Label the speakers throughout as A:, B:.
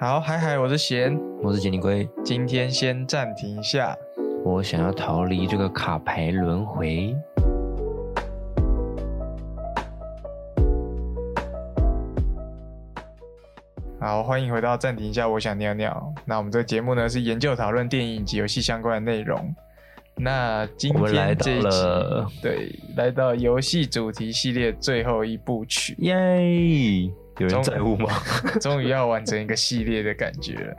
A: 好，嗨嗨，我是贤，
B: 我是杰尼龟，
A: 今天先暂停一下。
B: 我想要逃离这个卡牌轮回。
A: 好，欢迎回到暂停一下，我想尿尿。那我们这个节目呢是研究讨论电影以及游戏相关的内容。那今
B: 我们来
A: 天这
B: 到
A: 一集，
B: 了，
A: 对，来到游戏主题系列最后一部曲，
B: 耶！有人
A: 终
B: 在乎吗？
A: 终于要完成一个系列的感觉了。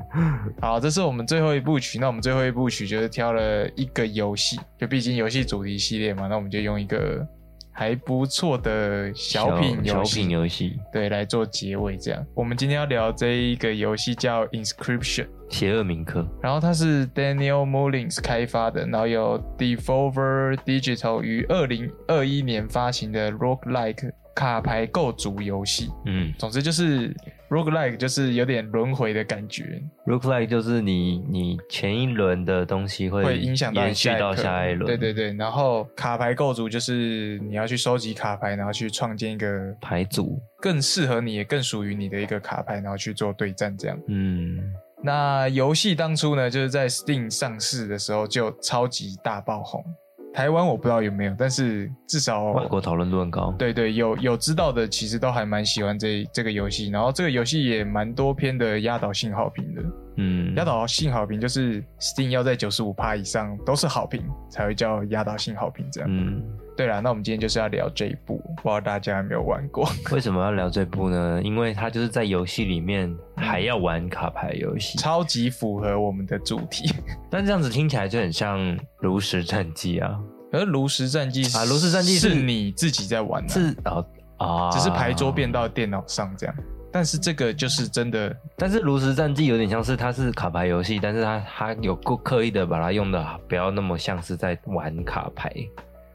A: 好，这是我们最后一部曲。那我们最后一部曲就是挑了一个游戏，就毕竟游戏主题系列嘛，那我们就用一个还不错的小品
B: 小
A: 游
B: 品
A: 戏，
B: 游戏，
A: 对，来做结尾。这样，我们今天要聊这一个游戏叫 Inscription，
B: 邪恶铭刻。
A: 然后它是 Daniel Mullins 开发的，然后由 Devolver Digital 于二零二一年发行的 Roguelike 卡牌构筑游戏。
B: 嗯
A: 总之就是 roguelike 就是有点轮回的感觉，
B: ，look like 就是你你前一轮的东西会
A: 会影响到你
B: 延续
A: 一
B: 到
A: 刻
B: 下一轮，
A: 对对对，然后卡牌构筑就是你要去收集卡牌，然后去创建一个
B: 牌组。
A: 更适合你、也更属于你的一个卡牌，然后去做对战这样。
B: 嗯，
A: 那游戏当初呢，就是在 Steam 上市的时候就超级大爆红。台湾我不知道有没有，但是至少
B: 外国讨论度很高。
A: 哦对对，有有知道的，其实都还蛮喜欢这这个游戏，然后这个游戏也蛮多篇的压倒性好评的。
B: 嗯，
A: 压倒性好评就是 Steam 要在九十五趴以上都是好评才会叫压倒性好评这样。
B: 嗯，
A: 对啦，那我们今天就是要聊这一部，不知道大家有没有玩过？
B: 为什么要聊这部呢？因为它就是在游戏里面还要玩卡牌游戏，
A: 超级符合我们的主题。
B: 但这样子听起来就很像《炉石战记》啊，
A: 而炉石战记
B: 啊炉石战记
A: 是
B: 是
A: 你自己在玩、啊，
B: 是啊啊，
A: 只是牌桌变。到电脑上这样。但是这个就是真的，
B: 但是《炉石战记》有点像是它是卡牌游戏，但是它它有够刻意的把它用的不要那么像是在玩卡牌，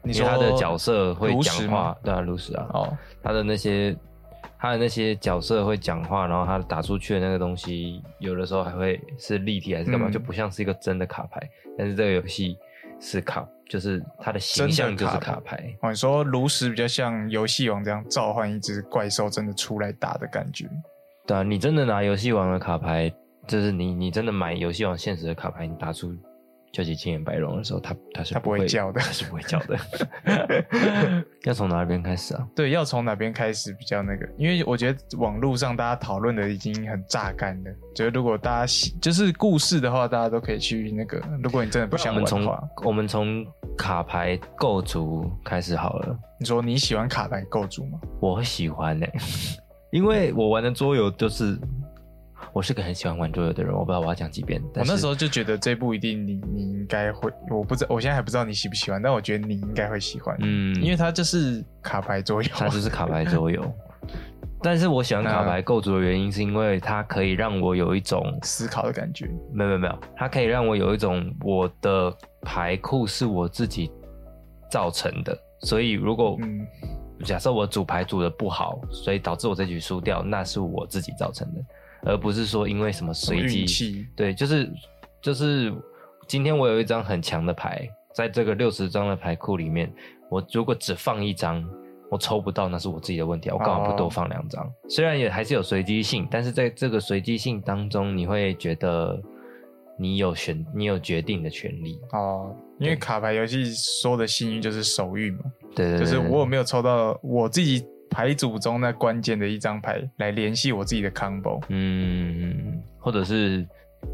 A: 你
B: 因
A: 说
B: 为它的角色会
A: 炉石
B: 讲
A: 吗
B: 话，对啊，炉石啊，
A: 哦，
B: 它的那些它的那些角色会讲话，然后它打出去的那个东西，有的时候还会是立体还是干嘛，
A: 嗯
B: 就不像是一个真的卡牌。但是这个游戏是卡，就是它的
A: 真
B: 形
A: 的
B: 象就是
A: 卡牌
B: 卡牌。
A: 哦，你说炉石比较像游戏王这样召唤一只怪兽真的出来打的感觉，
B: 对啊，你真的拿游戏王的卡牌，就是你你真的买游戏王现实的卡牌，你打出究极青眼白龙的时候，它它是
A: 它不
B: 会
A: 会叫的
B: 它是不会叫的。 要从哪边开始啊？
A: 对，要从哪边开始比较那个？因为我觉得网络上大家讨论的已经很榨干了。觉得如果大家喜就是故事的话，大家都可以去那个。 如果你真的不
B: 我
A: 想
B: 们
A: 玩的
B: 从
A: 话，
B: 我们从卡牌构筑开始好了。
A: 你说你喜欢卡牌构筑吗？
B: 我喜欢呢、因为我玩的桌游就是我是个很喜欢玩桌游的人，我不知道我要讲几遍。
A: 我
B: 但是
A: 那时候就觉得这部一定你你应该会，我不知道，我现在还不知道你喜不喜欢，但我觉得你应该会喜欢，
B: 嗯，
A: 因为它就是卡牌桌游。
B: 它就是卡牌桌游。但是我喜欢
A: 啊
B: 卡牌构筑的原因，是因为它可以让我有一种
A: 思考的感觉，
B: 没有没有没有，它可以让我有一种我的牌库是我自己造成的，所以如果
A: 嗯，
B: 假设我组牌组的不好，所以导致我这局输掉，那是我自己造成的，而不是说因为什么随
A: 运
B: 机。
A: 气，
B: 对，就是就是今天我有一张很强的牌，在这个六十张的牌库里面，我如果只放一张，我抽不到，那是我自己的问题啊，我干嘛不
A: 哦
B: 多放两张？虽然也还是有随机性，但是在这个随机性当中，你会觉得你有选，你有决定的权利。
A: 哦，因为卡牌游戏说的幸运就是手运嘛，
B: 对对对，
A: 就是我有没有抽到我自己牌组中那关键的一张牌来联系我自己的 combo。
B: 嗯，或者是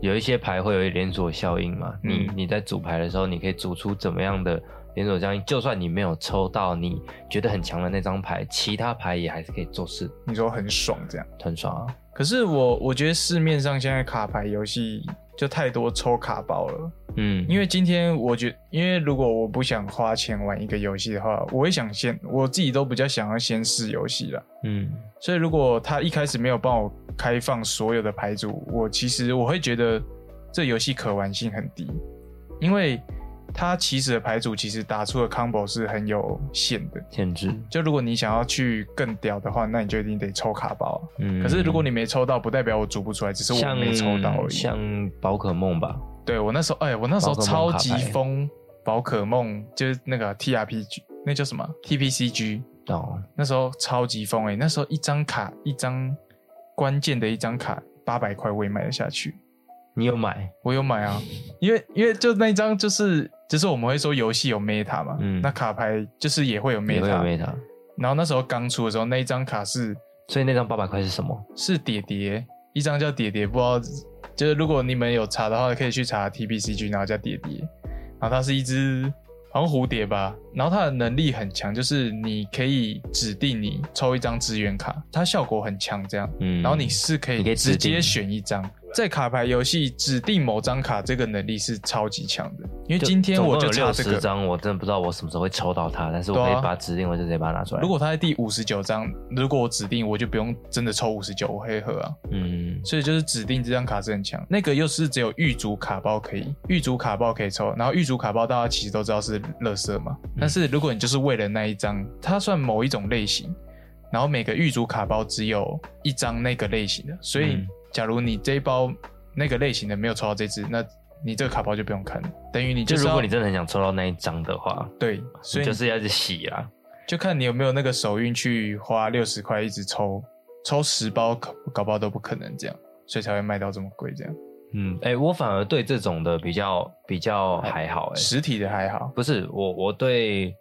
B: 有一些牌会有连锁效应嘛，你
A: 嗯
B: 你在组牌的时候，你可以组出怎么样的连锁效应？就算你没有抽到你觉得很强的那张牌，其他牌也还是可以做事，
A: 你说很爽这样，
B: 很爽啊。
A: 可是我我觉得市面上现在卡牌游戏就太多抽卡包了。
B: 嗯，
A: 因
B: 为
A: 为今天我觉因为如果我不想花钱玩一个游戏的话，我会想先我自己都比较想要先试游戏啦。
B: 嗯
A: 所以如果他一开始没有帮我开放所有的牌组，我其实我会觉得这游戏可玩性很低，因为它起始的牌组其实打出的 combo 是很有限的。
B: 限制，
A: 就如果你想要去更屌的话，那你就一定得抽卡包啊、
B: 嗯。
A: 可是如果你没抽到，不代表我组不出来，只是我
B: 像
A: 没抽到而已。
B: 像宝可梦吧，
A: 对我那时候，哎、我那时候
B: 宝可梦
A: 超
B: 卡
A: 级
B: 牌
A: 疯宝可梦，就是那个 TRPG，那叫什么 TPCG。
B: 哦，
A: 欸那时候超级疯哎、那时候一张卡一张关键的一张卡，八百块我也买得下去。
B: 你有买？
A: 我有买 啊，因为因为就那一张就是就是我们会说游戏有 Meta 嘛，
B: 嗯
A: 那卡牌就是也会有
B: 你会有
A: Meta，
B: Meta？
A: 然后那时候刚出的时候那一张卡是
B: 所以那张八百块是什么？
A: 是叠叠，一张叫叠叠，不知道就是如果你们有查的话，可以去查 TBCG，然后叫叠叠，然后它是一只好像蝴蝶吧，然后它的能力很强，就是你可以指定你抽一张支援卡，它效果很强，这样，
B: 嗯，
A: 然后你是可
B: 你可
A: 以
B: 以指定
A: 直接选一张。在卡牌游戏指定某张卡，这个能力是超级强的。因为
B: 就
A: 今天我就
B: 总共有
A: 查这
B: 60
A: 个，
B: 张，我真的不知道我什么时候会抽到它，但是
A: 对
B: 我
A: 啊
B: 可以把它指定，我就直接把它拿出来。
A: 如果它在第五十九张，如果我指定，我就不用真的抽五十九，我黑盒啊。
B: 嗯，
A: 所以就是指定这张卡是很强，那个又是只有玉竹卡包可以，玉竹卡包可以抽，然后玉竹卡包大家其实都知道是乐色嘛，
B: 嗯
A: 但是如果你就是为了那一张，它算某一种类型，然后每个玉竹卡包只有一张那个类型的，所以
B: 嗯
A: 假如你这一包那个类型的没有抽到这只，那你这个卡包就不用看了，等于你
B: 就
A: 就是
B: 如
A: 要
B: 果你真的很想抽到那一张的话，
A: 对，所以你
B: 你就是要去洗啦。嗯
A: 就看你有没有那个手运去花六十块一直抽，抽十包搞搞不好都不可能这样，所以才会卖到这么贵这样，
B: 嗯，哎、我反而对这种的比较比较还好、哎，
A: 实体的还好。
B: 不是我我对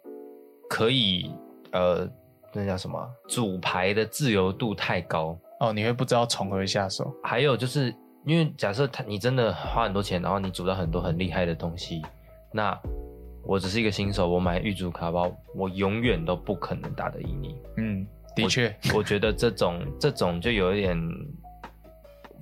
B: 可以呃那叫什么啊组牌的自由度太高，
A: 哦，你会不知道从何下手。
B: 还有就是因为假设他你真的花很多钱，然后你组到很多很厉害的东西，那我只是一个新手，我买玉竹卡包，我永远都不可能打得赢你。
A: 嗯，的确，
B: 我觉得这种这种就有一点，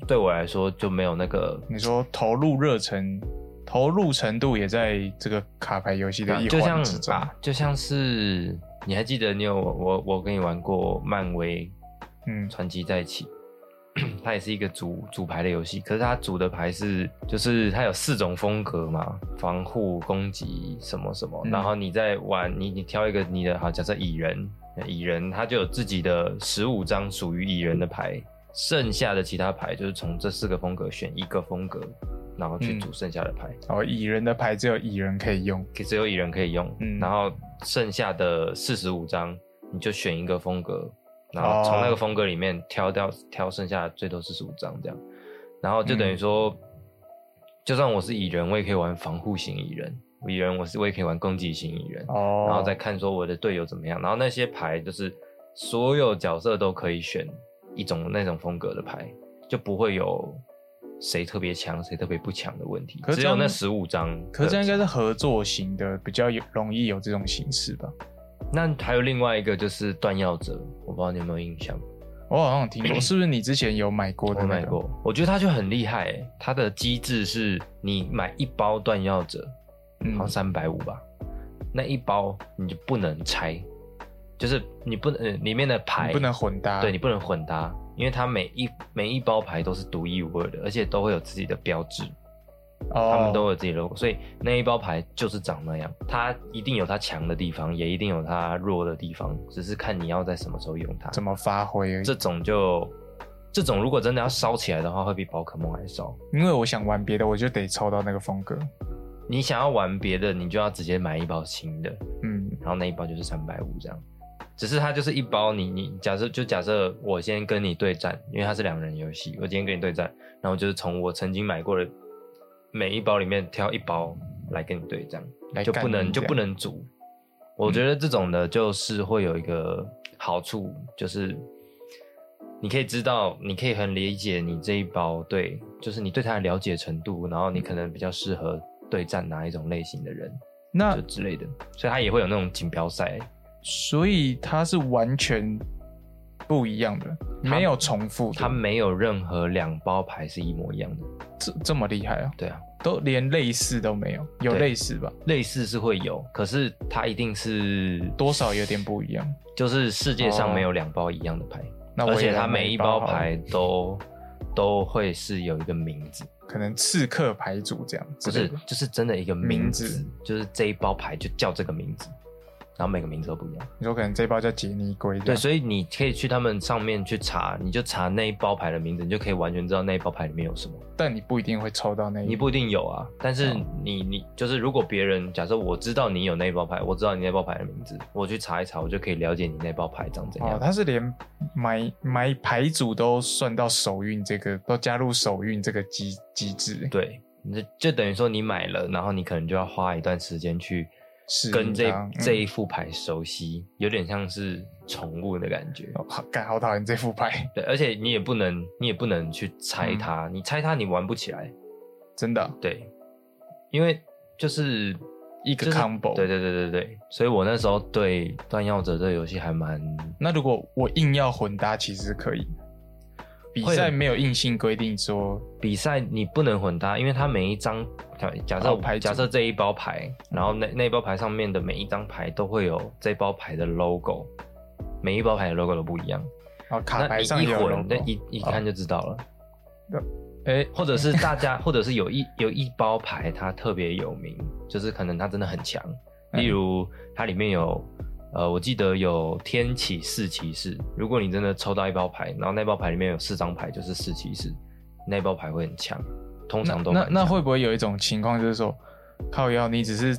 B: 对我来说就没有那个，
A: 你说投入热忱、投入程度也在这个卡牌游戏的一
B: 就像
A: 环之中。
B: 啊，就像是你还记得你有我我跟你玩过漫威
A: 嗯，
B: 传奇在一起。 它也是一个组组牌的游戏，可是它组的牌是就是它有四种风格嘛，防护、攻击什么什么，
A: 嗯
B: 然后你再玩你你挑一个你的好，假设蚁人，蚁人他就有自己的十五张属于蚁人的牌，剩下的其他牌就是从这四个风格选一个风格，然后去
A: 嗯
B: 组剩下的牌，
A: 哦，蚁人的牌只有蚁人可以用。
B: 可只有蚁人可以用，
A: 嗯
B: 然后剩下的四十五张你就选一个风格，然后从
A: 哦
B: 那个风格里面挑掉、挑剩下的最多四十五张这样，然后就等于
A: 嗯
B: 说，就算我是蚁人，我也可以玩防护型蚁人，蚁人我是我也可以玩攻击型蚁人，
A: 哦，
B: 然后再看说我的队友怎么样，然后那些牌就是所有角色都可以选一种那种风格的牌，就不会有。谁特别强，谁特别不强的问题，
A: 可是
B: 只
A: 这
B: 有
A: 样
B: 那十五张的。
A: 可是这样应该是合作型的，比较有容易有这种形式吧？
B: 那还有另外一个就是断药者，我不知道你有没有印象，
A: 我好像有听过，是不是你之前有买过的、
B: 嗯我
A: 那个？
B: 买。过，我觉得它就很厉害、欸，它的机制是你买一包断药者，
A: 嗯
B: 好像三百五吧，那一包你就不能拆，就是你不能、呃里面的牌
A: 你不能混搭。
B: 哎对你不能混搭，因为它每一每一包牌都是独一无二的，而且都会有自己的标志，
A: 哦，
B: 他们都有自己的 logo，所以那一包牌就是长那样，它一定有它强的地方，也一定有它弱的地方，只是看你要在什么时候用它。
A: 怎么发挥而已
B: 这。种就这种如果真的要烧起来的话，会比宝可梦还烧。
A: 因为我想玩别的，我就得抽到那个风格。
B: 你想要玩别的，你就要直接买一包新的，
A: 嗯，
B: 然后那一包就是三百五这样。只是它就是一包你，你假设就假设我先跟你对战，因为它是两人游戏，我今天跟你对战，然后就是从我曾经买过的每一包里面挑一包来跟你对战，
A: 来
B: 就
A: 干
B: 不
A: 你嗯
B: 能
A: 这
B: 就
A: 样
B: 不能组。我觉得这种的就是会有一个好处，就是你可以知道，你可以很理解你这一包对，就是你对它的了解程度，然后你可能比较适合对战哪一种类型的人，
A: 那
B: 就之类的，所以它也会有那种锦标赛。
A: 所以它是完全不一样的，
B: 它
A: 没有重复的，
B: 它没有任何两包牌是一模一样的，
A: 这这么厉害啊，
B: 对啊，
A: 都连类似都没有，有
B: 对
A: 类似吧？
B: 类似是会有，可是它一定是
A: 多少有点不一样。
B: 就是世界上没有两包一样的牌，
A: 那我
B: 而且
A: 也来
B: 它
A: 买
B: 每一
A: 包好
B: 包
A: 了
B: 牌都都会是有一个名字，
A: 可能刺客牌组这样，
B: 不是就是真的一个
A: 名
B: 名
A: 字
B: 字，就是这一包牌就叫这个名字。然后每个名字都不一样。
A: 你说可能这一包叫杰尼龟，
B: 对，，所以你可以去他们上面去查，你就查那一包牌的名字，你就可以完全知道那一包牌里面有什么。
A: 但你不一定会抽到那一哦
B: 你不一定有啊，但是
A: 嗯
B: 你你就是如果别人假设我知道你有那一包牌，我知道你那包牌的名字，我去查一查，我就可以了解你那包牌长怎
A: 哦
B: 样。，
A: 它是连买买牌组都算到手运这个，都加入手运这个机机制，
B: 对，你就就等于说你买了，然后你可能就要花一段时间去
A: 适应
B: 跟这、
A: 它嗯
B: 这一副牌熟悉，有点像是宠物的感觉。
A: 哦好干好讨厌这副牌，
B: 对，而且你也不能，你也不能去猜
A: 嗯
B: 它，你猜它你玩不起来。
A: 真的啊
B: 对，因为就是
A: 一个
B: 就是
A: combo。
B: 对对对对对，所以我那时候对《断药者》这个游戏还蛮
A: 那如果我硬要混搭，其实可以。比
B: 会
A: 赛
B: 有
A: 没有硬性规定说
B: 比赛你不能混搭，因为它每一张假假设
A: 哦牌组
B: 假设这一包牌，然后那那一包牌上面的每一张牌都会有这包牌的 logo，每一包牌的 logo 都不一样。
A: 哦，卡
B: 那
A: 牌
B: 你
A: 上
B: 一
A: 有哦
B: 混，那
A: logo
B: 一一看就知道了。
A: 哎
B: 或者是大家，或者是有一有一包牌它特别有名，就是可能它真的很强。
A: 嗯
B: 例如它里面有，呃，我记得有天启四骑士。如果你真的抽到一包牌，然后那包牌里面有四张牌，就是四骑士，那包牌会很强，通
A: 那
B: 常都
A: 那
B: 蛮
A: 那
B: 强
A: 会不会有一种情况就是说，靠腰你只是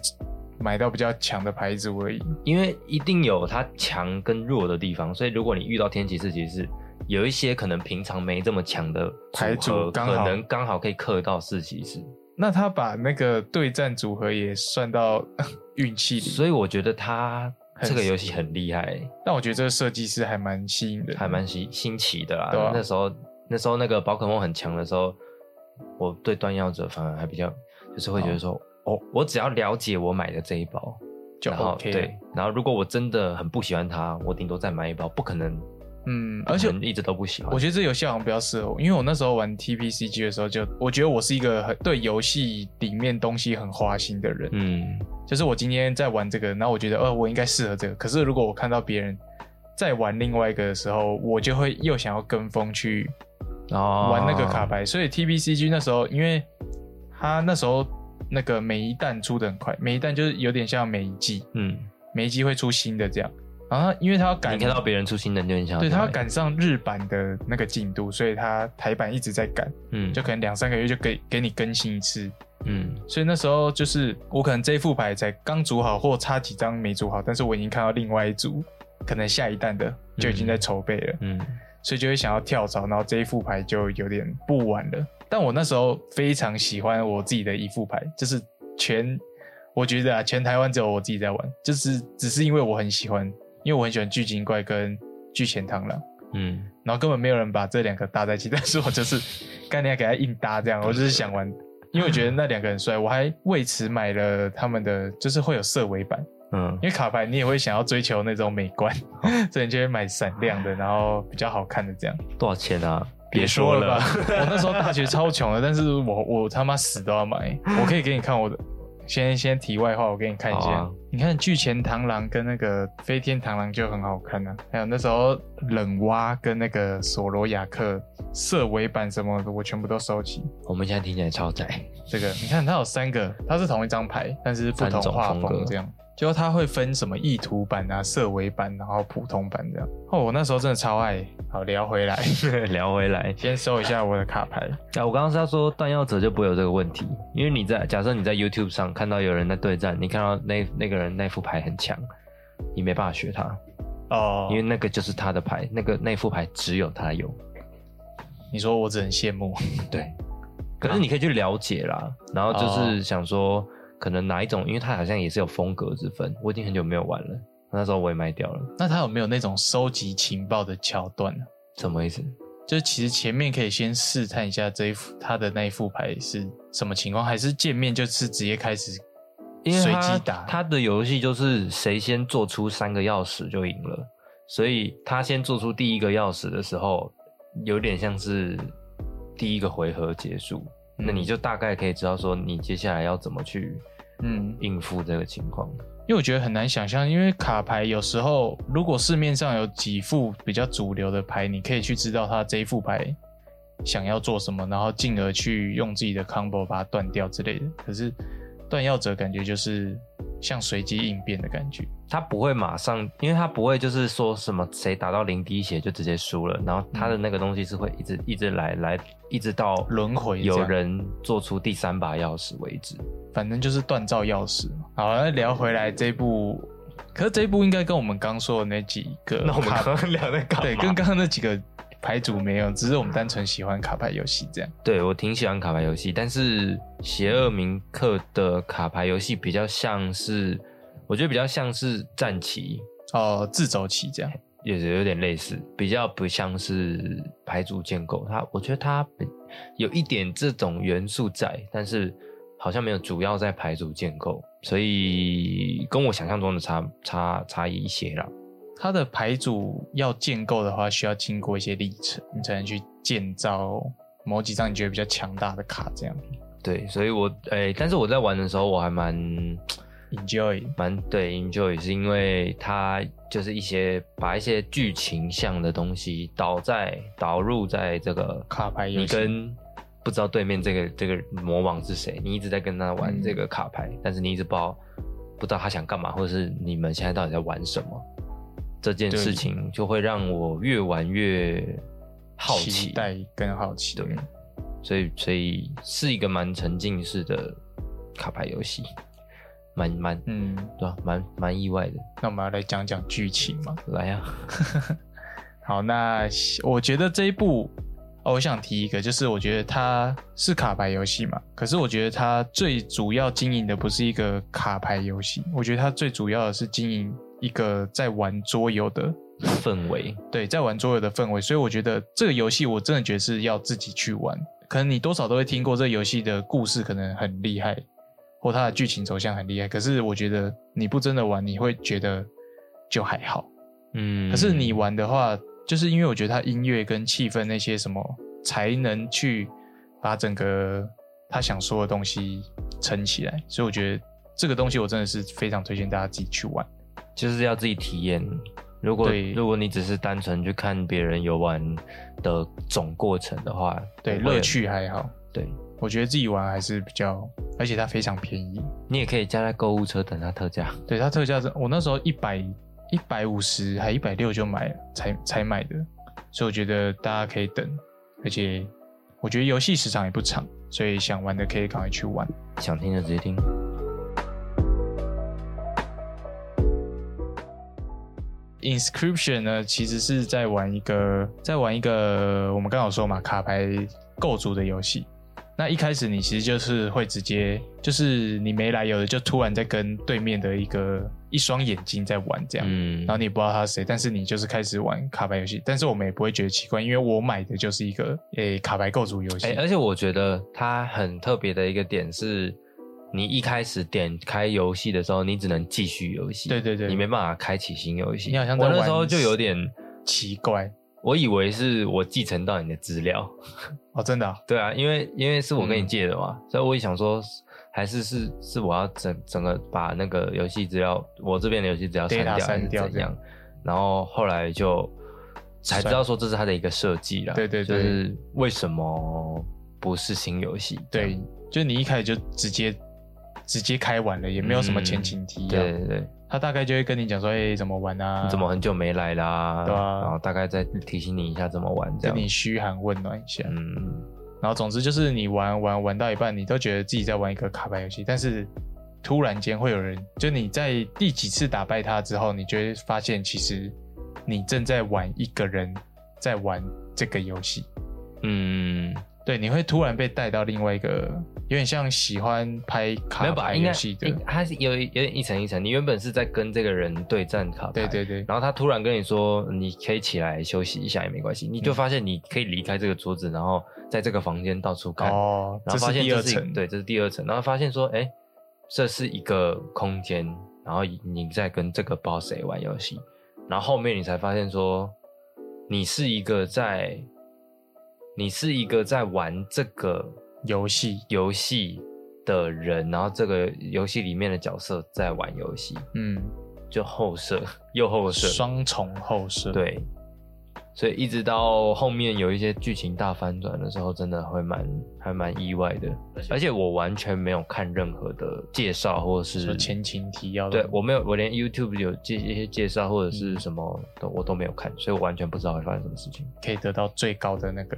A: 买到比较强的牌组而已，
B: 因为一定有它强跟弱的地方，所以如果你遇到天启四骑士，有一些可能平常没这么强的
A: 牌组
B: 合
A: 刚
B: 可
A: 好
B: 能刚好可以克到四骑士。
A: 那他把那个对战组合也算到 运气里，
B: 所以我觉得他
A: 很
B: 这个游戏很厉害，
A: 但我觉得这个设计师还蛮吸引人的，
B: 还蛮新新奇的啦。
A: 对啊
B: 那时候那时候那个宝可梦很强的时候，我对断药者反而还比较，就是会觉得说，哦，我只要了解我买的这一包，
A: 就
B: 然后
A: OK 了
B: 对，然后如果我真的很不喜欢它，我顶多再买一包，不可能，
A: 嗯，而且
B: 不可能一直都不喜欢
A: 我。觉得这游戏好像比较适合我，因为我那时候玩 TPCG 的时候就，我觉得我是一个很对游戏里面东西很花心的人，
B: 嗯，
A: 就是我今天在玩这个，然后我觉得，呃，我应该适合这个。可是如果我看到别人在玩另外一个的时候，我就会又想要跟风去
B: 哦，
A: 玩那个卡，牌。所以 TBCG 那时候，因为它那时候那个每一弹出的很快，每一弹就是有点像每一季，
B: 嗯，
A: 每一季会出新的这样。然后它因为它要赶
B: 你看到别人出新的，你就很想
A: 对
B: 去
A: 它要
B: 买，
A: 赶上日版的那个进度，所以它台版一直在赶，
B: 嗯，
A: 就可能两三个月就给给你更新一次。
B: 嗯，
A: 所以那时候就是我可能这一副牌才刚组好，或差几张没组好，但是我已经看到另外一组可能下一弹的就已经在筹备了，
B: 嗯，
A: 所以就会想要跳槽，然后这一副牌就有点不玩了。但我那时候非常喜欢我自己的一副牌，就是全我觉得啊，全台湾只有我自己在玩，就是只是因为我很喜欢，因为我很喜欢巨精怪跟巨前螳螂。
B: 嗯，
A: 然后根本没有人把这两个搭在一起，但是我就是 干点给他硬搭这样，我就是想玩，因为我觉得那两个很帅，我还为此买了他们的，就是会有色尾版，
B: 嗯，
A: 因为卡牌你也会想要追求那种美观， 所以你就会买闪亮的，然后比较好看的这样。
B: 多少钱啊？
A: 吧， 我那时候大学超穷的，但是我我他妈死都要买，我可以给你看我的。先先题外话，我给你看一下，
B: 好啊
A: 你看巨前螳螂跟那个飞天螳螂就很好看啊，还有那时候冷蛙跟那个索罗亚克色尾版什么的，我全部都收集。
B: 我们现在听起来超窄，
A: 这个你看它有三个，它是同一张牌，但是不同画
B: 三种风
A: 风
B: 格
A: 这样。就它会分什么意图版啊、色尾版，然后普通版这样。哦，我那时候真的超爱。好，聊回来，
B: 聊回来。
A: 先收一下我的卡牌。
B: 啊，我刚刚是要说断药者就不会有这个问题，因为你在假设你在 YouTube 上看到有人在对战，你看到那那个人那副牌很强，你没办法学他，
A: 哦，
B: 因为那个就是他的牌，那个那副牌只有他有。
A: 你说我只能羡慕，
B: 对，可是你可以去了解啦，然后
A: 哦
B: 就是想说，可能哪一种，因为它好像也是有风格之分，我已经很久没有玩了，那时候我也卖掉了，
A: 那他有没有那种收集情报的桥段呢？
B: 什么意思？
A: 就是其实前面可以先试探一下这一副他的那一副牌是什么情况，还是见面就是直接开始
B: 因为
A: 随
B: 他
A: 机打？
B: 他的游戏就是谁先做出三个钥匙就赢了，所以他先做出第一个钥匙的时候，有点像是第一个回合结束，
A: 嗯
B: 那你就大概可以知道说你接下来要怎么去
A: 嗯，
B: 应付这个情况。
A: 因为我觉得很难想象，因为卡牌有时候如果市面上有几副比较主流的牌，你可以去知道他这一副牌想要做什么，然后进而去用自己的 combo 把它断掉之类的。可是断药者感觉就是像随机应变的感觉。
B: 他不会马上，因为他不会就是说什么谁打到零滴血就直接输了，然后他的那个东西是会一直一直来来，一直到
A: 轮回这
B: 有
A: 样
B: 人做出第三把钥匙为止。
A: 反正就是锻造钥匙嘛。好，那聊回来这一部，可是这一部应该跟我们刚说的那几个，
B: 那我们刚刚聊的干嘛？
A: 对，跟刚刚那几个牌组没有，只是我们单纯喜欢卡牌游戏这样。
B: 对我挺喜欢卡牌游戏，但是《邪恶铭刻》的卡牌游戏比较像是，我觉得比较像是战棋，
A: 哦，自走棋这样。
B: 也是有点类似，比较不像是牌组建构。它我觉得它比有一点这种元素在，但是好像没有主要在牌组建构，所以跟我想象中的差差差异一些啦。
A: 它的牌组要建构的话，需要经过一些历程，你才能去建造某几张你觉得比较强大的卡这样。
B: 对，所以我诶、但是我在玩的时候我还蛮
A: Enjoy，
B: 蛮对 enjoy，是因为它就是一些把一些剧情向的东西导在导入在这个
A: 卡牌游
B: 你
A: 戏
B: 跟不知道对面这个这个魔王是谁，你一直在跟他玩
A: 嗯
B: 这个卡牌，但是你一直不知道不知道他想干嘛，或者是你们现在到底在玩什么，这件
A: 对
B: 事情就会让我越玩越好奇
A: 期，待跟好奇。
B: 对，所以所以是一个蛮沉浸式的卡牌游戏，蛮蛮
A: 嗯，
B: 对啊，蛮蛮意外的。
A: 那我们要来讲讲剧情嘛。
B: 来呀、啊，
A: 好，那我觉得这一部、哦我想提一个，就是我觉得它是卡牌游戏嘛，可是我觉得它最主要经营的不是一个卡牌游戏，我觉得它最主要的是经营一个在玩桌游的，
B: 氛围
A: 对，在玩桌游的氛围。所以我觉得这个游戏我真的觉得是要自己去玩，可能你多少都会听过这个游戏的故事可能很厉害，或它的剧情走向很厉害，可是我觉得你不真的玩，你会觉得就还好。
B: 嗯，
A: 可是你玩的话，就是因为我觉得它音乐跟气氛那些什么，才能去把整个他想说的东西撑起来。所以我觉得这个东西我真的是非常推荐大家自己去玩。
B: 就是要自己体验。如果
A: 对
B: 如果你只是单纯去看别人游玩的总过程的话，
A: 对，
B: 不会
A: 乐趣还好，
B: 对，
A: 我觉得自己玩还是比较，而且它非常便宜。
B: 你也可以加在购物车等它特价。
A: 对，它特价是，我那时候一百一百五十还一百六就买了，才才买的，所以我觉得大家可以等，而且我觉得游戏时长也不长，所以想玩的可以赶快去玩。
B: 想听就直接听。
A: Inscription 呢，其实是在玩一个，在玩一个我们刚好说嘛，卡牌构筑的游戏。那一开始你其实就是会直接，就是你没来由的就突然在跟对面的一个一双眼睛在玩这样，
B: 嗯
A: 然后你也不知道他是谁，但是你就是开始玩卡牌游戏。但是我们也不会觉得奇怪，因为我买的就是一个诶、卡牌构筑游戏。
B: 哎、而且我觉得它很特别的一个点是，你一开始点开游戏的时候，你只能继续游戏，
A: 对对对
B: 你没办法开启新游戏。
A: 你好像在
B: 我那
A: 玩
B: 时候就有点，
A: 奇怪
B: 我以为是我继承到你的资料，
A: 哦，真的啊、
B: 对啊，因为因为是我跟你
A: 嗯
B: 借的嘛，所以我也想说，还是是是我要整整个把那个游戏资料，我这边的游戏资料删
A: Data 删掉
B: 掉，还是
A: 这
B: 怎
A: 样
B: 样？然后后来就才知道说这是它的一个设计啦，
A: 对对对
B: 就是为什么不是新游戏？
A: 对，就你一开始就直接直接开玩了，也没有什么前情提
B: 这
A: 要。
B: 样，嗯对对对，
A: 他大概就会跟你讲说，哎、怎么玩啊？
B: 你怎么很久没来啦？
A: 对啊
B: 然后大概再提醒你一下怎么玩这
A: 跟
B: 样。
A: 你嘘寒问暖一下？
B: 嗯，
A: 然后总之就是你玩玩玩到一半，你都觉得自己在玩一个卡牌游戏，但是突然间会有人，就你在第几次打败他之后，你就会发现其实你正在玩一个人在玩这个游戏。
B: 嗯，
A: 对，你会突然被带到另外一个，有点像喜欢拍
B: 没
A: 卡
B: 有吧？
A: 牌
B: 应该
A: 游戏的，
B: 应它是有有点一层一层。你原本是在跟这个人对战卡牌，
A: 对对对，
B: 然后他突然跟你说，你可以起来休息一下也没关系，你
A: 嗯
B: 就发现你可以离开这个桌子，然后在这个房间到处看，
A: 哦，
B: 然后发
A: 这是
B: 现
A: 第
B: 这
A: 二
B: 是一
A: 层，
B: 对，这是第二层，然后发现说，哎，这是一个空间，然后你在跟这个 boss 谁玩游戏，然后后面你才发现说，你是一个在，你是一个在玩这个
A: 游戏，
B: 游戏的人，然后这个游戏里面的角色在玩游戏，
A: 嗯，
B: 就后设又后设，
A: 双重后设，
B: 对，所以一直到后面有一些剧情大翻转的时候，真的会蛮还蛮意外的。而且我完全没有看任何的介绍或
A: 说
B: 是
A: 前情提要的
B: 对我没有，我连 YouTube 有介一些介绍或者是
A: 嗯
B: 什么都我都没有看，所以我完全不知道会发生什么事情。
A: 可以得到最高的那个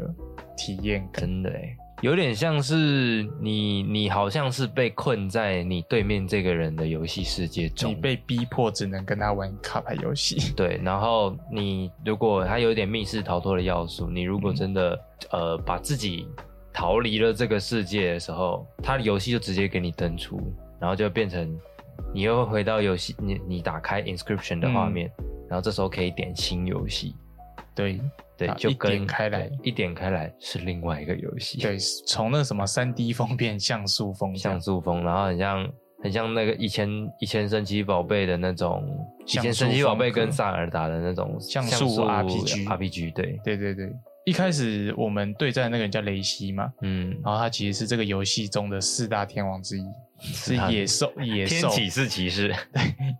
A: 体验感。
B: 真的哎，有点像是你你好像是被困在你对面这个人的游戏世界中，
A: 你被逼迫只能跟他玩卡牌游戏，
B: 对，然后你如果它有一点密室逃脱的要素，你如
A: 嗯
B: 果真的、呃把自己逃离了这个世界的时候，它的游戏就直接给你登出，然后就变成你又会回到游戏，你你打开 inscription 的
A: 嗯
B: 画面，然后这时候可以点新游戏，
A: 对
B: 对，
A: 啊
B: 就
A: 一
B: 跟
A: 点开来
B: 对一点开来是另外一个游戏，，
A: 对，从那什么三 D 风变像素风这样
B: 像素风，然后很像。很像那个以前以前神奇宝贝的那种，以前
A: 像素
B: 神奇宝贝
A: 风格
B: 跟萨尔达的那种
A: 像素 RPG
B: RPG 对，
A: 对对对，一开始我们对战的那个人叫雷西嘛，
B: 嗯，
A: 然后他其实是这个游戏中的四大天王之一，是
B: 大
A: 野兽野
B: 天
A: 兽
B: 启是骑士，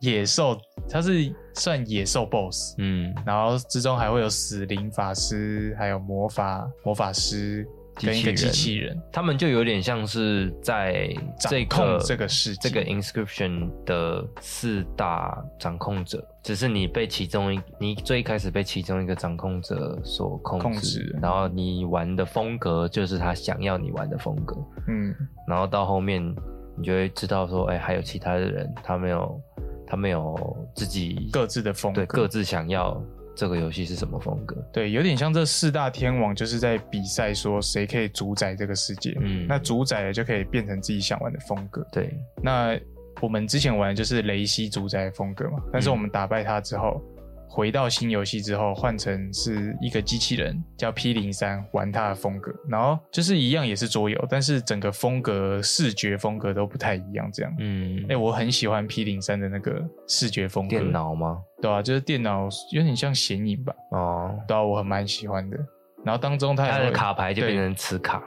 A: 野兽，他是算野兽 BOSS。
B: 嗯，
A: 然后之中还会有死灵法师，还有魔法魔法师
B: 机
A: 跟一个
B: 器
A: 机
B: 人
A: 器人，
B: 他们就有点像是在这
A: 掌控
B: 个
A: 这个世界
B: 这个 inscription 的四大掌控者，只是你被其中一，你最一开始被其中一个掌控者所控制，
A: 控制
B: 然后你玩的风格就是他想要你玩的风格，
A: 嗯，
B: 然后到后面你就会知道说，哎，还有其他的人，他没有，他没有自己
A: 各自的风格，
B: 对各自想要这个游戏是什么风格，
A: 对，有点像这四大天王，就是在比赛说谁可以主宰这个世界。
B: 嗯
A: 那主宰了就可以变成自己想玩的风格。
B: 对，
A: 那我们之前玩的就是雷西主宰的风格嘛，但
B: 嗯
A: 是我们打败他之后，回到新游戏之后，换成是一个机器人叫 P 零三玩他的风格，然后就是一样也是桌游，但是整个风格、视觉风格都不太一样。这样，
B: 嗯
A: 哎、，我很喜欢 P 零三的那个视觉风格，
B: 电脑吗？
A: 对啊，就是电脑有点像显影吧。
B: 哦，
A: 对啊，我很蛮喜欢的。然后当中它
B: 它
A: 也
B: 的
A: 会，
B: 卡牌就
A: 对
B: 变成磁卡，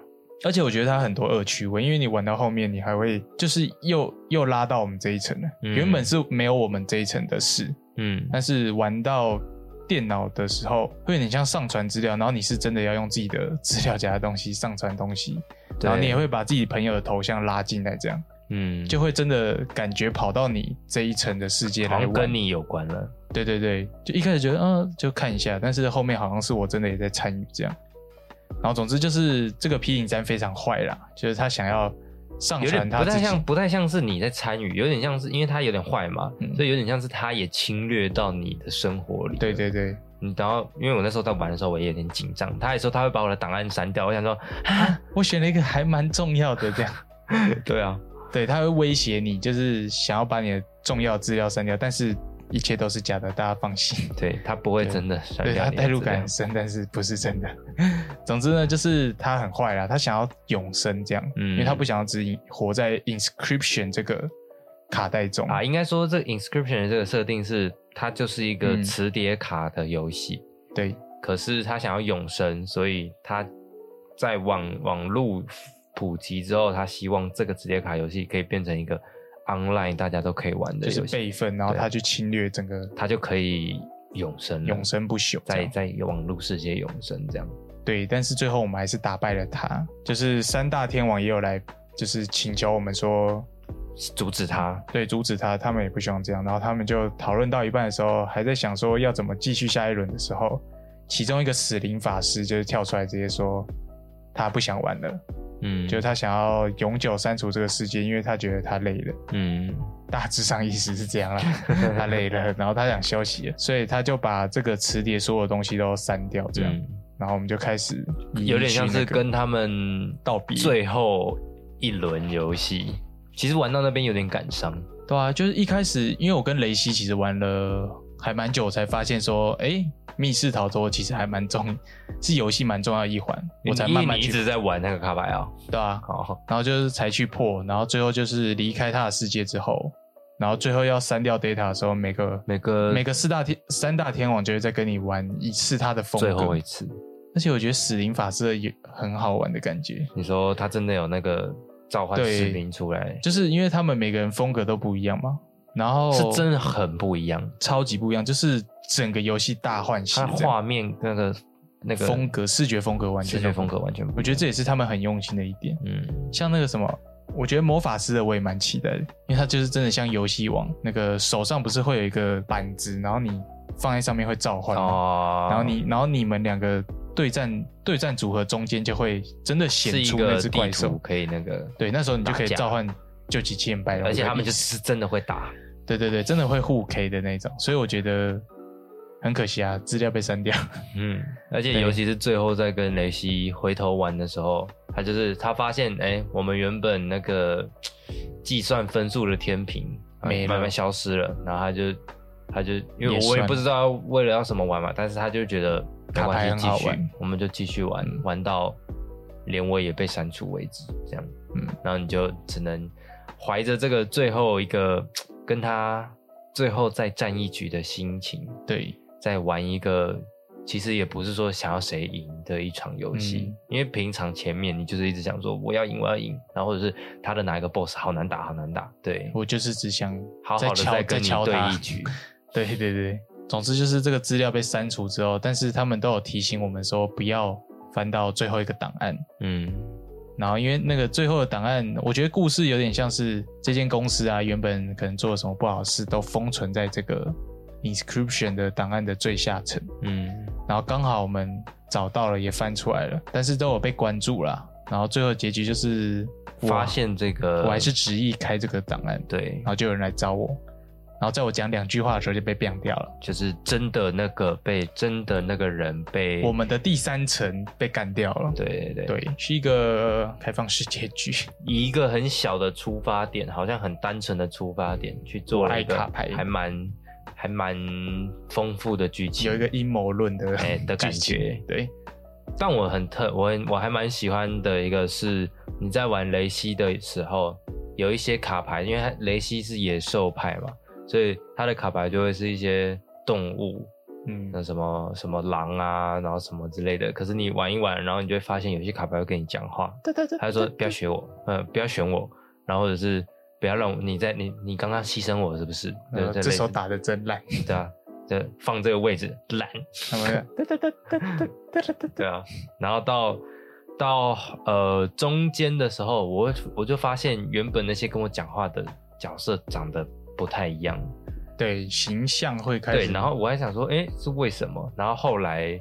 A: 而且我觉得它很多恶趣味，因为你玩到后面，你还会就是又又拉到我们这一层了。
B: 嗯
A: 原本是没有我们这一层的事，
B: 嗯，
A: 但是玩到电脑的时候，会有点像上传资料，然后你是真的要用自己的资料夹的东西上传东西，然后
B: 对
A: 你也会把自己朋友的头像拉进来，这样
B: 嗯，
A: 就会真的感觉跑到你这一层的世界
B: 好
A: 来
B: 像
A: 玩。
B: 跟你有关了，
A: 对对对，就一开始觉得嗯、就看一下，但是后面好像是我真的也在参与这样。然后总之就是这个 P 零三非常坏啦，就是他想要上
B: 有点
A: 传他
B: 不
A: 自
B: 太
A: 己，
B: 像，不太像是你在参与，有点像是因为它有点坏嘛，
A: 嗯
B: 所以有点像是它也侵略到你的生活里。
A: 对，对对，
B: 你然后因为我那时候在玩的时候，我也有点紧张，他还说他会把我的档案删掉，我想说啊，
A: 我选了一个还蛮重要的这样，
B: 对啊，
A: 对，他会威胁你，就是想要把你的重要资料删掉，但是一切都是假的，大家放心。
B: 对他不会真的删
A: 对
B: 掉
A: 他
B: 你的
A: 代入
B: 资
A: 感
B: 料
A: 很深，但是不是真的。总之呢，就是他很坏啦，他想要永生这样，
B: 嗯
A: 因为他不想要只活在 inscription 这个卡带中
B: 啊，应该说这个 inscription 的这个设定是它就是一个
A: 嗯
B: 磁碟卡的游戏，
A: 对，
B: 可是他想要永生，所以他在网网络普及之后，他希望这个磁铁卡游戏可以变成一个 online 大家都可以玩的
A: 就是
B: 游戏，
A: 备份，然后
B: 对啊
A: 他去侵略整个
B: 他就可以永生了，
A: 永生不朽这
B: 在
A: 样。
B: 在网络世界永生这样。
A: 对，但是最后我们还是打败了他。就是三大天王也有来，就是请求我们说，
B: 阻止他，
A: 对，阻止他，他们也不希望这样。然后他们就讨论到一半的时候，还在想说要怎么继续下一轮的时候，其中一个死灵法师就是跳出来直接说。他不想玩了，
B: 嗯，
A: 就是他想要永久删除这个世界，因为他觉得他累了。
B: 嗯，
A: 大致上意思是这样啦，他累了，然后他想休息了，所以他就把这个磁碟所有东西都删掉，这样，
B: 嗯
A: 然后我们就开始移
B: 有点像
A: 去
B: 是
A: 那个
B: 跟他们
A: 道别
B: 最后一轮游戏，其实玩到那边有点感伤，
A: 对啊，就是一开始因为我跟雷西其实玩了还蛮久，才发现说，哎、密室逃脱其实还蛮重， 是游戏蛮重要的一环，我才
B: 因为
A: 慢慢
B: 你一
A: 去
B: 直在玩那个卡牌啊，
A: 对啊，
B: 好，
A: 然后就是才去破，然后最后就是离开他的世界之后，然后最后要删掉 data 的时候，每个
B: 每个
A: 每个四大天三大天王就会再跟你玩一次他的风
B: 最后
A: 格
B: 一，次，
A: 而且我觉得死灵法师的也很好玩的感觉，
B: 你说他真的有那个召唤
A: 对
B: 士兵出来，
A: 就是因为他们每个人风格都不一样嘛，然后
B: 是真的很不一样。
A: 超级不一样，就是整个游戏大换血
B: 它
A: 这样，
B: 画面那个那个
A: 风格、视觉风格完全
B: 视
A: 都
B: 觉
A: 不
B: 风格完全不
A: 我
B: 一样，
A: 觉得这也是他们很用心的一点。
B: 嗯，
A: 像那个什么，我觉得魔法师的我也蛮期待的，因为它就是真的像游戏王那个手上不是会有一个板子，然后你放在上面会召唤吗，
B: 哦，
A: 然后你然后你们两个对战对战组合中间就会真的
B: 是
A: 显
B: 一
A: 出
B: 个
A: 那只
B: 地
A: 怪
B: 图
A: 兽，
B: 可以那个，
A: 对，那时候你就可以
B: 打架
A: 召唤就几千百龙，
B: 而且他们
A: 就
B: 就是真的会打，
A: 对对对，真的会互 K 的那种，所以我觉得很可惜啊，资料被删掉。
B: 嗯，而且
A: 对
B: 尤其是最后在跟雷西回头玩的时候，他就是他发现，哎、我们原本那个计算分数的天平啊
A: 没了
B: 慢慢消失了，然后他就他就因为
A: 也
B: 我也
A: 算
B: 不知道为了要什么玩嘛，但是他就觉得没
A: 卡牌
B: 关
A: 很
B: 系，
A: 好
B: 继续
A: 玩，嗯
B: 我们就继续玩，玩到连我也被删除为止，这样，
A: 嗯，
B: 然后你就只能怀着这个最后一个跟他最后再战一局的心情，
A: 对，
B: 在玩一个其实也不是说想要谁赢的一场游戏，
A: 嗯
B: 因为平常前面你就是一直想说我要赢我要赢，然后或者是他的哪一个 boss 好难打好难打，对，
A: 我就是只想
B: 好好的
A: 敲
B: 再
A: 再
B: 跟你
A: 敲
B: 对
A: 他
B: 一局，
A: 对对对，总之就是这个资料被删除之后，但是他们都有提醒我们说不要翻到最后一个档案。
B: 嗯
A: 然后因为那个最后的档案，我觉得故事有点像是这间公司啊，原本可能做了什么不好的事，都封存在这个 inscription 的档案的最下层。
B: 嗯，
A: 然后刚好我们找到了，也翻出来了，但是都有被关注啦。然后最后结局就是我
B: 发现这个
A: 我还是啊执意开这个档案，
B: 对
A: 然，后就有人来找我，然后在我讲两句话的时候就被 ban 掉了。
B: 就是真的那个被真的那个人被
A: 我们的第三层被干掉了。
B: 对对对，
A: 对，是一个开放式结局，
B: 以一个很小的出发点，好像很单纯的出发点去做了一个
A: 我爱卡牌
B: 还蛮还蛮丰富的剧情，
A: 有一个阴谋论的
B: 哎的感
A: 剧情
B: 觉
A: 对，
B: 但我很特，我很我还蛮喜欢的一个是你在玩雷西的时候，有一些卡牌，因为它雷西是野兽派嘛，所以它的卡牌就会是一些动物，
A: 嗯
B: 那什么什么狼啊，然后什么之类的。可是你玩一玩，然后你就会发现有些卡牌会跟你讲话，
A: 对对对
B: 他就说不要学我， 嗯，不要选我，然后或者是不要让我你在你你刚刚牺牲我是不是？对
A: 呃
B: 对，
A: 这
B: 类似
A: 手打的真烂，
B: 对啊，就放这个位置懒。
A: 他们 对对对对对对对对，
B: 对啊，然后到到呃中间的时候，我会我就发现原本那些跟我讲话的角色长得不太一样，
A: 对形象会开始，
B: 对，然后我还想说，诶，是为什么？然后后来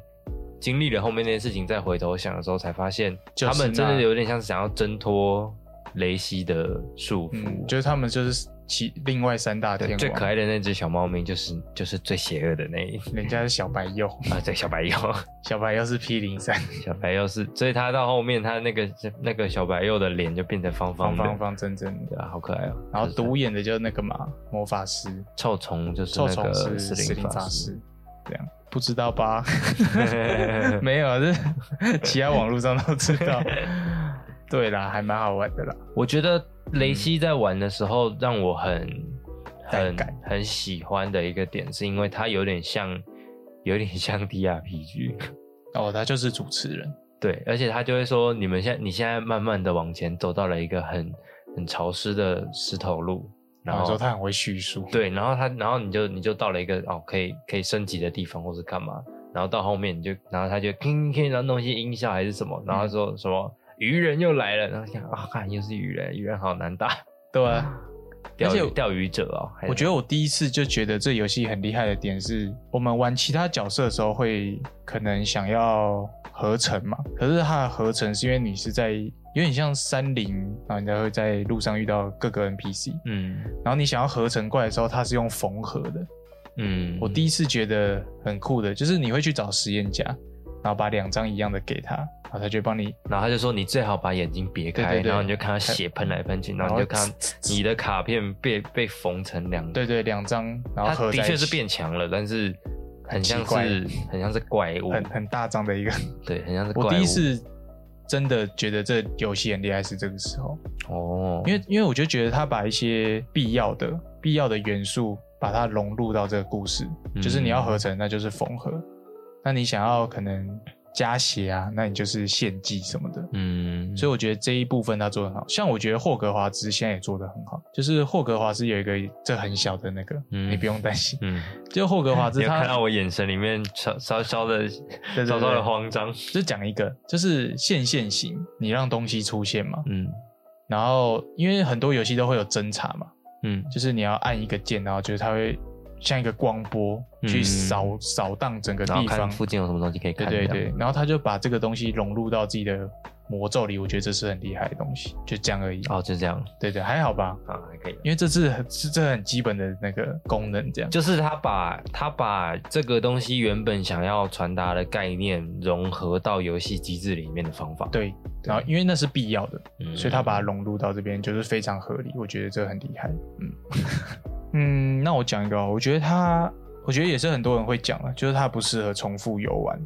B: 经历了后面那些事情，再回头想的时候，才发现
A: 就
B: 他们
A: 是
B: 真
A: 那
B: 的有点像是想要挣脱雷西的束缚。
A: 嗯，就是他们就是其另外三大天
B: 对，
A: 王，
B: 最可爱的那只小猫咪就是就是最邪恶的那一
A: 人家是小白 鼬，
B: 啊，对，小白鼬。
A: 小白鼬是 P 零三，
B: 小白鼬是，所以它到后面，它那个那个小白鼬的脸就变成方
A: 方
B: 的，
A: 方方正正的。
B: 对啊，好可爱哦、
A: 然后
B: 就是
A: 独眼的就是那个嘛魔法师，
B: 臭虫就是
A: 臭
B: 那
A: 虫
B: 个
A: 是
B: 四
A: 灵
B: 灵
A: 法
B: 师
A: 师，，这样不知道吧？ 没有，啊， 这其他网络上都知道。对啦，还蛮好玩的啦。
B: 我觉得雷西在玩的时候让我很
A: 嗯带
B: 很
A: 感
B: 很喜欢的一个点，是因为它有点像有点像 DRPG，
A: 哦，他就是主持人，
B: 对，而且他就会说你们现在你现在慢慢的往前走到了一个很很潮湿的石头路，然
A: 然后
B: 后
A: 哦说他很会叙述。
B: 对，然后他，然后你就你就到了一个哦，可以可以升级的地方，或是干嘛，然后到后面你就，然后他就吭吭，然后弄一些音效还是什么，然
A: 嗯
B: 后说什么鱼人又来了，然后想啊，看、又是鱼人，鱼人好难打，
A: 对啊，
B: 钓
A: 而且
B: 鱼钓鱼者哦，还是
A: 我觉得我第一次就觉得这游戏很厉害的点是，我们玩其他角色的时候会可能想要合成嘛，可是它的合成是因为你是在有点像山林，然后你才会在路上遇到各个 NPC，
B: 嗯
A: 然后你想要合成怪的时候，它是用缝合的，
B: 嗯，
A: 我第一次觉得很酷的，就是你会去找实验家，然后把两张一样的给他，然后他就帮你，
B: 然后他就说你最好把眼睛别开，
A: 对对对
B: 然后你就看他血喷来喷去，然后你就看到你的卡片被被缝成两，
A: 对对，两张，然后
B: 它
A: 合在
B: 的
A: 一起
B: 确是变强了，但是很像
A: 很奇怪
B: 是很像是怪物，
A: 很很大张的一个。
B: 对，很像是怪物。
A: 我第一次真的觉得这游戏很厉害是这个时候，
B: 哦，
A: 因为因为我就觉得他把一些必要的必要的元素把它融入到这个故事，
B: 嗯
A: 就是你要合成，那就是缝合，那你想要可能加血啊，那你就是献祭什么的。
B: 嗯，
A: 所以
B: 以
A: 我觉得这一部分他做得很好，像我觉得霍格华兹现在也做得很好，就是霍格华兹有一个这很小的那个，
B: 嗯
A: 你不用担心，
B: 嗯，
A: 就霍 格华兹
B: 你有
A: 他
B: 看到我眼神里面稍稍稍的
A: 对对
B: 稍稍
A: 对
B: 的慌张，
A: 就讲一个，就是线线型，你让东西出现嘛，
B: 嗯
A: 然后因为很多游戏都会有侦查嘛，
B: 嗯
A: 就是你要按一个键，然后就是它会像一个光波去
B: 嗯
A: 扫扫荡整个
B: 然后
A: 地
B: 看
A: 方，
B: 附近有什么东西可以
A: 对
B: 看，
A: 对
B: 这样
A: 对，，然后他就把这个东西融入到自己的魔咒里，我觉得这是很厉害的东西，就这样而已。
B: 哦，就这样
A: 对对，还好吧，
B: 啊，还可以。
A: 因为这是很是这很基本的那个功能，这样。
B: 就是他把他把这个东西原本想要传达的概念融合到游戏机制里面的方法，
A: 对，然后因为那是必要的，
B: 嗯
A: 所以他把它融入到这边就是非常合理，我觉得这很厉害。嗯 嗯，那我讲一个哦，我觉得它，我觉得也是很多人会讲了，啊就是它不适合重复游玩。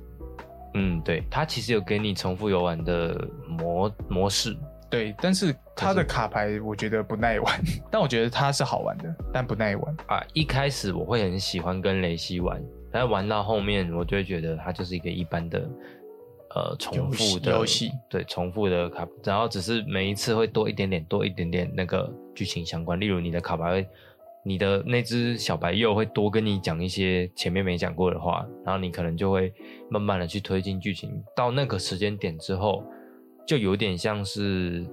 B: 嗯，对，它其实有给你重复游玩的模模式，
A: 对，但是它的卡牌我觉得不耐玩， 但我觉得它是好玩的，但不耐玩。
B: 啊，一开始我会很喜欢跟雷西玩，但是玩到后面，我就会觉得它就是一个一般的，呃，重复的
A: 游戏，
B: 对，重复的卡，然后只是每一次会多一点点，多一点点那个剧情相关，例如你的卡牌会。你的那只小白鼬会多跟你讲一些前面没讲过的话，然后你可能就会慢慢的去推进剧情。到那个时间点之后，就有点像是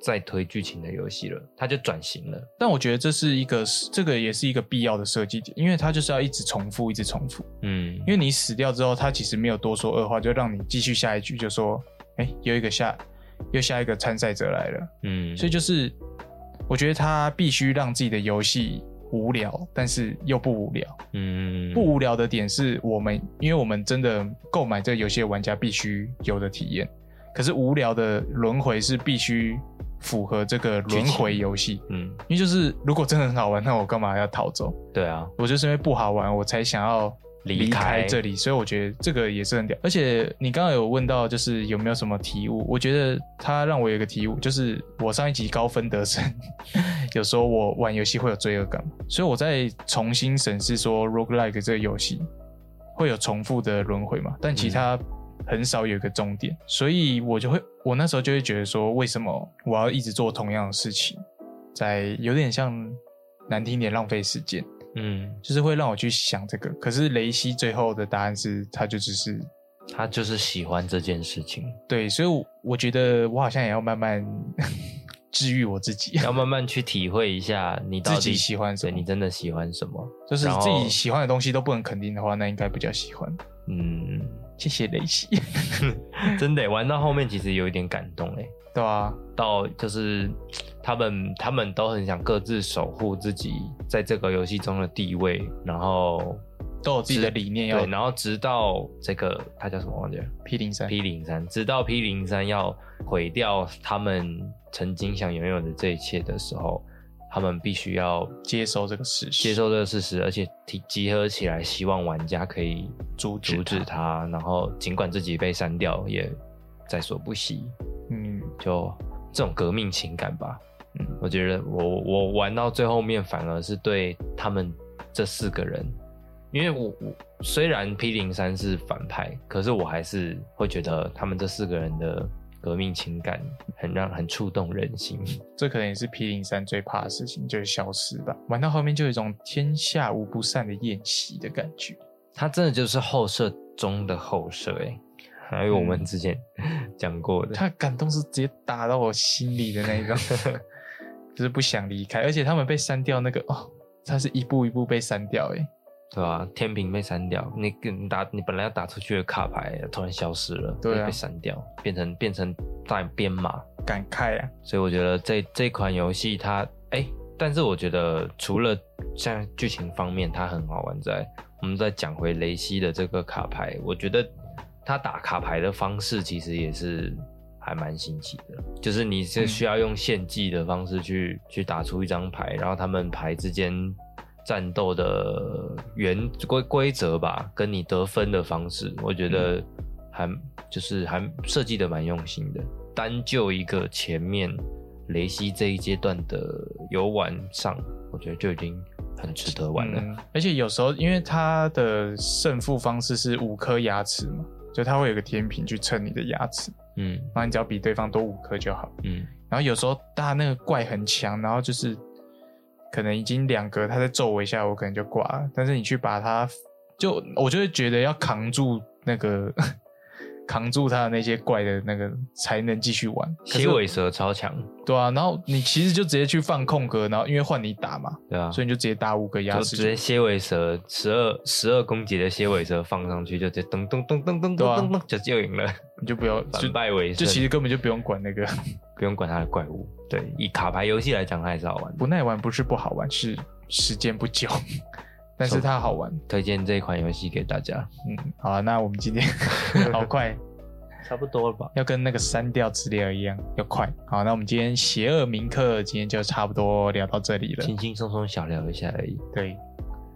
B: 在推剧情的游戏了，它就转型了。
A: 但我觉得这是一个，这个也是一个必要的设计点，因为它就是要一直重复，一直重复。
B: 嗯，因
A: 因为你死掉之后，他其实没有多说二话，就让你继续下一局，就说，哎、又一个下，又下一个参赛者来了。
B: 嗯，
A: 所以就是，我觉得他必须让自己的游戏无聊，但是又不无聊。
B: 嗯
A: 不无聊的点是我们，因为我们真的购买这个游戏的玩家必须有的体验。可是无聊的轮回是必须符合这个轮回游戏，
B: 嗯，
A: 因为就是如果真的很好玩，那我干嘛要逃走？
B: 对啊，
A: 我就是因为不好玩，我才想要
B: 离
A: 离开
B: 开
A: 这里，所以我觉得这个也是很屌。而且你刚刚有问到，就是有没有什么体悟？我觉得他让我有一个体悟，就是我上一集高分得胜， 有时候我玩游戏会有罪恶感，所以我在重新审视说 roguelike 这个游戏会有重复的轮回嘛，但其他很少有一个终点，所以我就会，我那时候就会觉得说，为什么我要一直做同样的事情，在有点像难听点浪费时间。
B: 嗯，
A: 就是会让我去想这个。可是雷西最后的答案是，他就只是
B: 他就是喜欢这件事 情，
A: 对，所以我我觉得我好像也要慢慢 治愈我自己，
B: 要慢慢去体会一下你到
A: 自
B: 底
A: 己喜欢什
B: 对
A: 么
B: 你，真的喜欢什么，
A: 就是
B: 然后
A: 自己喜欢的东西都不能肯定的话，那应该不叫喜欢。
B: 嗯，
A: 谢谢雷西，
B: 真的玩到后面其实有一点感动哎，
A: 对啊，
B: 到就是他们他们都很想各自守护自己在这个游戏中的地位，然后
A: 都有自己的理念要
B: 对，然后直到这个他叫什么忘记了。
A: P 零三，
B: P 零三，直到 P 零三要毁掉他们曾经想拥有的这一切的时候，他们必须要
A: 接受这个事实，
B: 接受这个事实，而且集集合起来，希望玩家可以
A: 阻止
B: 阻止
A: 他
B: 他，然后尽管自己被删掉，也在所不惜。
A: 嗯
B: 就这种革命情感吧，
A: 嗯，
B: 我觉得我我玩到最后面，反而是对他们这四个人，因为我我虽然 P 零三是反派，可是我还是会觉得他们这四个人的革命情感很让很触动人心。
A: 这可能也是 P 零三最怕的事情，就是消失吧。玩到后面就有一种天下无不散的宴席的感觉。
B: 他真的就是后设中的后设哎、还有我
A: 嗯
B: 们之前 讲过的，
A: 他感动是直接打到我心里的那一种，就是不想离开。而且他们被删掉那个哦，他是一步一步被删掉，欸诶，
B: 对吧、天平被删掉，你你打你本来要打出去的卡牌突然消失了，
A: 对啊
B: 被删掉，变成变成大编码。
A: 感慨啊，
B: 所以我觉得这这款游戏它，哎，但是我觉得除了像剧情方面它很好玩之外，我们再讲回雷西的这个卡牌，我觉得他打卡牌的方式其实也是还蛮新奇的，就是你是需要用献祭的方式去、去打出一张牌，然后他们牌之间。战斗的原规规则吧，跟你得分的方式，我觉得还就是还设计的蛮用心的。单就一个前面雷西这一阶段的游玩上，我觉得就已经很值得玩了。
A: 嗯而且有时候因为他的胜负方式是五颗牙齿嘛，就它会有个天平去称你的牙齿，
B: 嗯
A: 然后你只要比对方多五颗就好。
B: 嗯
A: 然后有时候他那个怪很强，然后就是可能已经两格，他再皱我一下，我可能就挂了。但是你去把它，就我就会觉得要扛住那个 扛住他的那些怪的那个，才能继续玩。可
B: 蝎
A: 是
B: 尾蛇超强，
A: 对啊，然后你其实就直接去放空格，然后因为换你打嘛，
B: 对吧、啊？
A: 所以你就直接打五个牙
B: 就
A: 齿
B: 直接蝎尾蛇十二十二攻击的蝎尾蛇放上去，就直接噔噔噔噔噔噔
A: 对啊
B: 噔噔就就赢了，
A: 你就不要就
B: 反败为
A: 就
B: 胜。
A: 其实根本就不用管那个
B: 不用管它的怪物。对，以卡牌游戏来讲，它还是好玩的。
A: 不耐玩，不是不好玩，是时间不久， 但是它好玩。
B: 推荐这一款游戏给大家，
A: 嗯，好啊，那我们今天 好快。
B: 差不多了吧？
A: 要跟那个删掉资料一样，要快。好，那我们今天邪恶铭刻今天就差不多聊到这里了。
B: 轻轻松松小聊一下而已。
A: 对，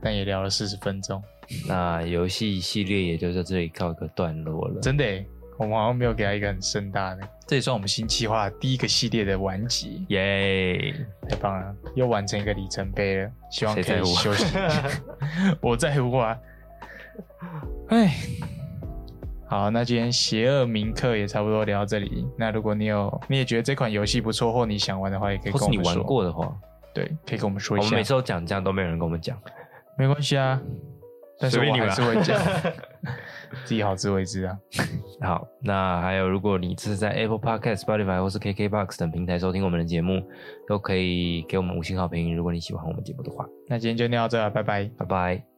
A: 但也聊了四十分钟，
B: 那游戏系列也就在这里告一个段落了。
A: 真的耶，我们好像没有给他一个很盛大的，这也算我们新计划第一个系列的完结，
B: 耶！
A: 太棒了，又完成一个里程碑了。希望可
B: 谁在
A: 以
B: 乎
A: 休息。我在乎啊。哎，好，那今天邪恶铭刻也差不多聊到这里。那如果你有，你也觉得这款游戏不错，或你想玩的话，也可以
B: 或
A: 跟
B: 是
A: 我
B: 你
A: 们
B: 玩
A: 说。
B: 过的话，
A: 对，可以跟我们说
B: 我
A: 一
B: 们
A: 下
B: 每。次都讲这样，都没有人跟我们讲。
A: 没关系啊，但是
B: 随
A: 我
B: 便你
A: 还
B: 吧
A: 是会 讲，自己好自为之啊。
B: 好，那还有，如果你是在 Apple Podcast、Spotify 或是 KKBox 等平台收听我们的节目，都可以给我们五星好评。如果你喜欢我们节目的话，
A: 那今天就聊到这了，拜拜。
B: 拜拜。